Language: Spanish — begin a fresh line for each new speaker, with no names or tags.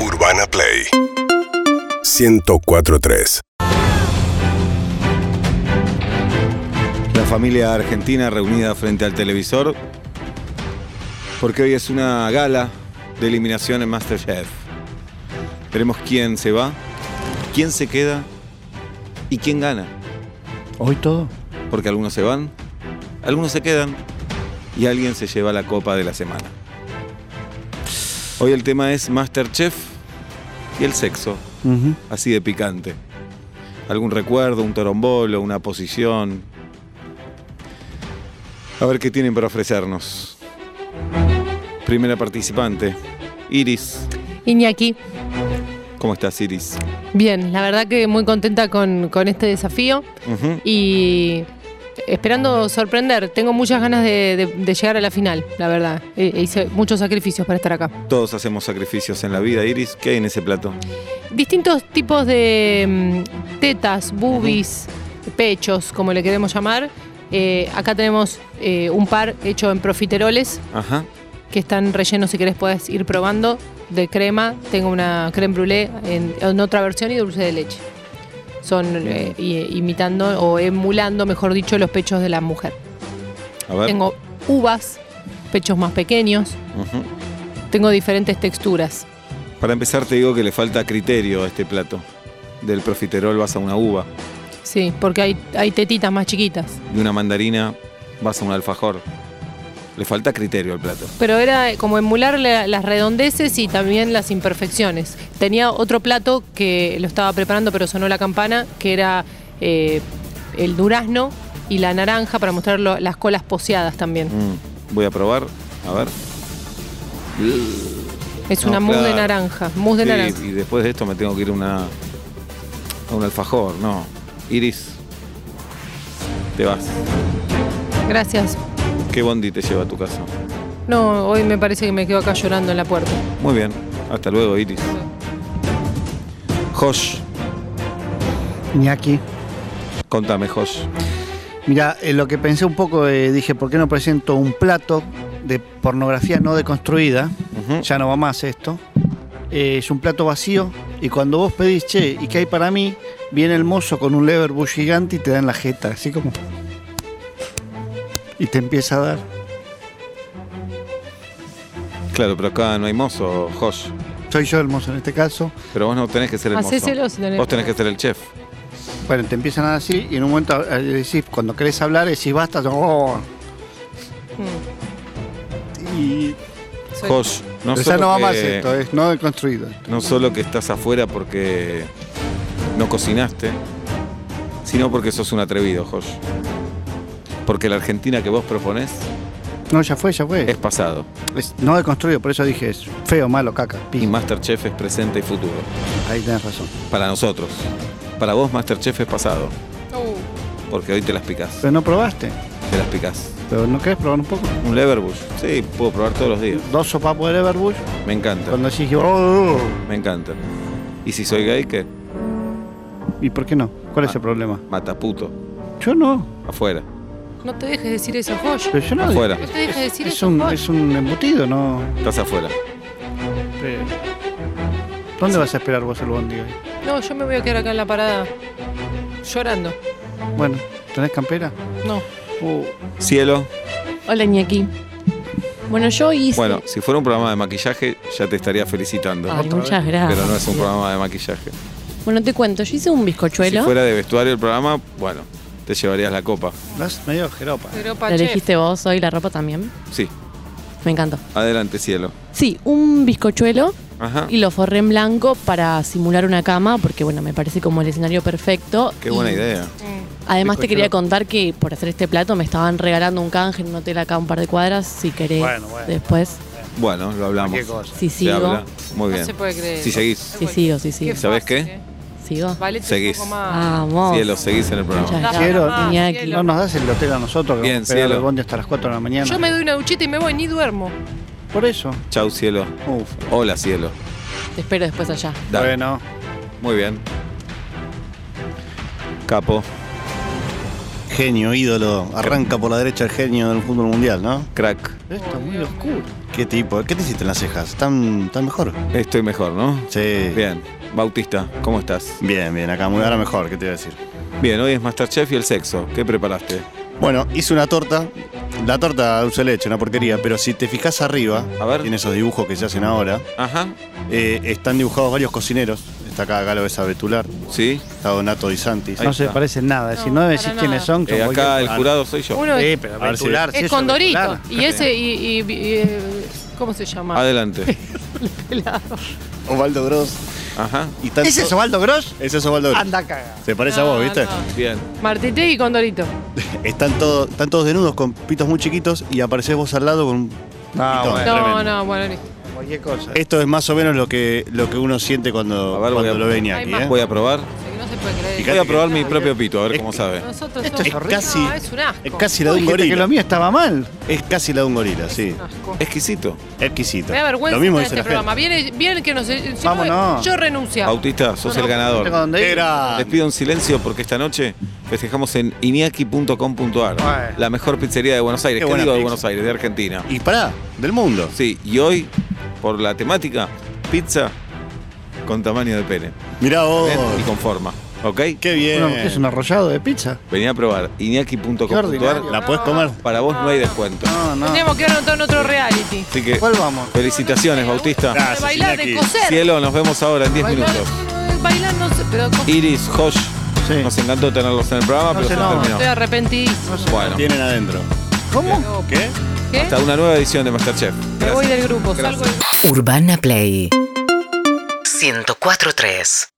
Urbana Play 1043.
La familia argentina reunida frente al televisor porque hoy es una gala de eliminación en Masterchef. Veremos quién se va, quién se queda y quién gana.
¿Hoy todo?
Porque algunos se van, algunos se quedan y alguien se lleva la copa de la semana. Hoy el tema es Masterchef y el sexo, así de picante. Algún recuerdo, un torombolo, una posición. A ver qué tienen para ofrecernos. Primera participante, Iris.
Iñaki,
¿Cómo estás, Iris?
bien, la verdad que muy contenta con, con este desafío
Ujú.
y esperando sorprender. Tengo muchas ganas de, de- de llegar a la final, la verdad. E- e hice muchos sacrificios para estar acá.
Todos hacemos sacrificios en la vida, Iris. ¿Qué hay en ese plato?
Distintos tipos de mm, tetas, boobies, pechos, como le queremos llamar. Eh, acá tenemos eh, un par hecho en profiteroles
Ajá.
que están rellenos, si querés puedes ir probando, de crema. Tengo una creme brûlée en, en otra versión y dulce de leche. Son eh, i- imitando o emulando, mejor dicho, los pechos de la mujer.
A ver.
Tengo uvas, pechos más pequeños.
Ujú.
Tengo diferentes texturas.
Para empezar, te digo que le falta criterio a este plato. Del profiterol vas a una uva,
Sí, porque hay, hay tetitas más chiquitas.
de una mandarina vas a un alfajor. Le falta criterio al plato.
Pero era eh, como emular la- las redondeces y también las imperfecciones. Tenía otro plato que lo estaba preparando, pero sonó la campana, que era eh, el durazno y la naranja para mostrar lo- las colas poseadas también.
Mm, Voy a probar, a ver.
Es
Mm. No,
una mousse de
claro.
naranja, mousse de
Sí,
naranja.
Y después de esto me tengo que ir a una. a un alfajor, no. Iris, te vas.
Gracias.
¿Qué bondi te lleva a tu casa?
No, hoy me parece que me quedo acá llorando en la puerta.
Muy bien, hasta luego, Iris. Josh,
Iñaki.
contame, Josh.
Mira, eh, lo que pensé un poco, eh, dije, ¿por qué no presento un plato de pornografía no deconstruida?
Ujú.
Ya no va más esto. Eh, es un plato vacío y cuando vos pedís, che, ¿y qué hay para mí? Viene el mozo con un leverbush gigante y te dan la jeta, así como... Y te empieza a dar.
Claro, pero acá no hay mozo, Josh.
Soy yo el mozo en este caso.
Pero vos no tenés que ser el mozo.
Hacéselo si tenés-
Vos tenés que ser el chef.
Bueno, te empiezan a dar así y en un momento eh, decís, cuando querés hablar, decís, basta, yo, "Oh".
Mm,
y
soy-
Josh, no
Pero ya
solo
no va
que-
más esto, es no deconstruido.
No solo que estás afuera porque no cocinaste, sino porque sos un atrevido, Josh. Porque la Argentina que vos proponés
No, ya fue, ya fue.
es pasado.
Es no deconstruido, por eso dije, es feo, malo, caca.
Y
pim.
Masterchef es presente y futuro.
Ahí tenés razón.
Para nosotros. Para vos, Masterchef es pasado.
Uh,
Porque hoy te las picás.
Pero no probaste,
Te las picás.
pero no querés probar un poco.
Un leverbush. Sí, puedo probar todos los días.
Dos sopapos de Leverbush,
Me encanta.
cuando decís, "Oh",
Me encanta. Y si soy gay, ¿qué?
¿y por qué no? ¿Cuál es
Ah.
el problema?
Mataputo.
Yo no,
Afuera.
no te dejes decir eso, Josh.
pero yo no.
Afuera.
No te dejes decir
Es
eso,
un,
Josh.
es un embutido, ¿no?
Estás afuera.
Eh, ¿Dónde vas a esperar vos el bondi hoy?
No, yo me voy a quedar acá en la parada llorando.
Bueno, ¿tenés campera?
No.
Uh,
Cielo.
Hola Iñaki. Bueno, yo hice.
Bueno, si fuera un programa de maquillaje, ya te estaría felicitando.
Ay, muchas gracias.
Pero no es un programa de maquillaje.
Bueno, te cuento, yo hice un bizcochuelo.
Si fuera de vestuario el programa, bueno, te llevarías la copa.
vas medio jeropa.
Pero
La elegiste vos hoy, la ropa también.
Sí,
Me encantó.
adelante, cielo.
Sí, un bizcochuelo
Ajá.
y lo forré en blanco para simular una cama, porque bueno, me parece como el escenario perfecto.
Qué
Y
buena idea.
Además te quería
Bizcochuelo.
contar que por hacer este plato me estaban regalando un canje en un hotel acá a un par de cuadras, si querés.
Bueno, bueno.
Después,
Bueno, lo hablamos.
Qué cosa.
si
Se
sigo.
habla. Muy bien.
No se puede creer.
Si seguís,
Si sigo, si sigo.
¿Sabés qué?
Sigo.
Vale,
Seguís.
Un poco más.
Vamos.
cielo, seguís en el programa.
Muchas
Quiero-
Ah,
Ah, Iñaki.
cielo.
No nos das el hotel a nosotros, que
Bien,
vamos a esperar
cielo.
el bondi hasta las 4 de la mañana.
Yo me doy una duchita y me voy, ni duermo.
Por eso.
Chau, cielo.
Uf.
Hola, cielo.
Te espero después allá.
Dale.
Bueno,
Muy bien. Capo.
Genio, ídolo. Arranca por la derecha el genio del fútbol mundial, ¿no?
Crack.
Esto es muy oscuro. ¿Qué tipo? ¿Qué te hiciste en las cejas? ¿Tan, tan mejor?
Estoy mejor, ¿no?
Sí.
Bien. Bautista, ¿cómo estás?
Bien, bien, acá muy ahora mejor, ¿qué te iba a decir?
Bien, hoy es Masterchef y el sexo. ¿Qué preparaste?
Bueno, hice una torta. La torta dulce de leche, una porquería, pero si te fijas arriba,
A ver.
tiene esos dibujos que se hacen ahora,
Ajá.
eh, están dibujados varios cocineros. Está acá Galo Besa Betular,
Sí.
está Donato Di Santis.
Ahí
No se
está.
parecen nada.
No,
si no
para
decís
nada. Eh,
quiénes son,
Eh,
como
acá el
que-
jurado soy yo.
Uno
Sí, pero
A ver si-
Betular, sí,
es
eso
Condorito.
Betular.
Y ese, y, y- y- eh, ¿cómo se llama?
Ah, Adelante.
Osvaldo Gross.
Ajá.
Y tanto-
¿Ese es Osvaldo Gross?
Ese es Osvaldo Gross.
Anda a cagar.
Se parece a vos, ¿viste?
Bien.
Martete y Condorito.
Están, todo- están todos desnudos con pitos muy chiquitos y apareces vos al lado con un
Ah,
No, bueno.
pitón.
no,
Tremendo.
no, bueno, listo.
Cualquier cosa.
Esto es más o menos lo que, lo que uno siente cuando,
A ver,
cuando
voy a-
lo venía
Hay
aquí.
más.
¿eh?
Voy a probar.
O sea, que no se puede creer.
Fíjate
Voy a probar mi
No,
propio pito, a ver
Es-
cómo sabe.
Nosotros
Esto
somos-
es horrible.
Casi-
No, es un asco.
Es casi la
No,
de un
dijiste que
gorila.
lo mío estaba mal.
Es casi la de un gorila, sí.
Es un asco.
Exquisito.
Exquisito.
Ah. Me da vergüenza
Lo mismo
estar
dice
en
la
este programa.
gente.
Viene, viene que nos. si no,
Vámonos.
yo renuncio.
Bautista, sos el
No tengo
ganador.
dónde ir.
Era.
Les pido un silencio porque esta noche festejamos en iñaki.com.ar,
Bueno.
la mejor pizzería de Buenos Aires.
Qué
¿Qué
buena
digo de
pizza.
Buenos Aires? De Argentina.
Y pará, del mundo.
Sí, y hoy, por la temática, pizza con tamaño de pene.
Mirá vos.
Y con forma. ¿Ok?
Oh. Qué bien.
Uno- es un arrollado de pizza.
Vení a probar
Qué ordinario.
iñaki.com.ar.
¿La podés comer?
Para vos no hay descuento.
No, no.
Tenemos que anotar en otro reality.
Así que,
¿Cuál vamos?
felicitaciones,
No, no,
Bautista.
De
Gracias,
bailar, de
Iñaki.
coser.
Cielo, nos vemos ahora en 10
Bailar,
minutos.
bailar no sé, pero no,
Iris, Josh,
Sí.
nos encantó tenerlos en el programa,
No
pero
se
se
enoja.
terminó.
estoy arrepentidísimo.
Bueno,
Tienen adentro.
¿Cómo?
¿Qué?
¿Qué?
hasta una nueva edición de Masterchef.
Me voy
Gracias.
del grupo, salgo del
Urbana Play 104.3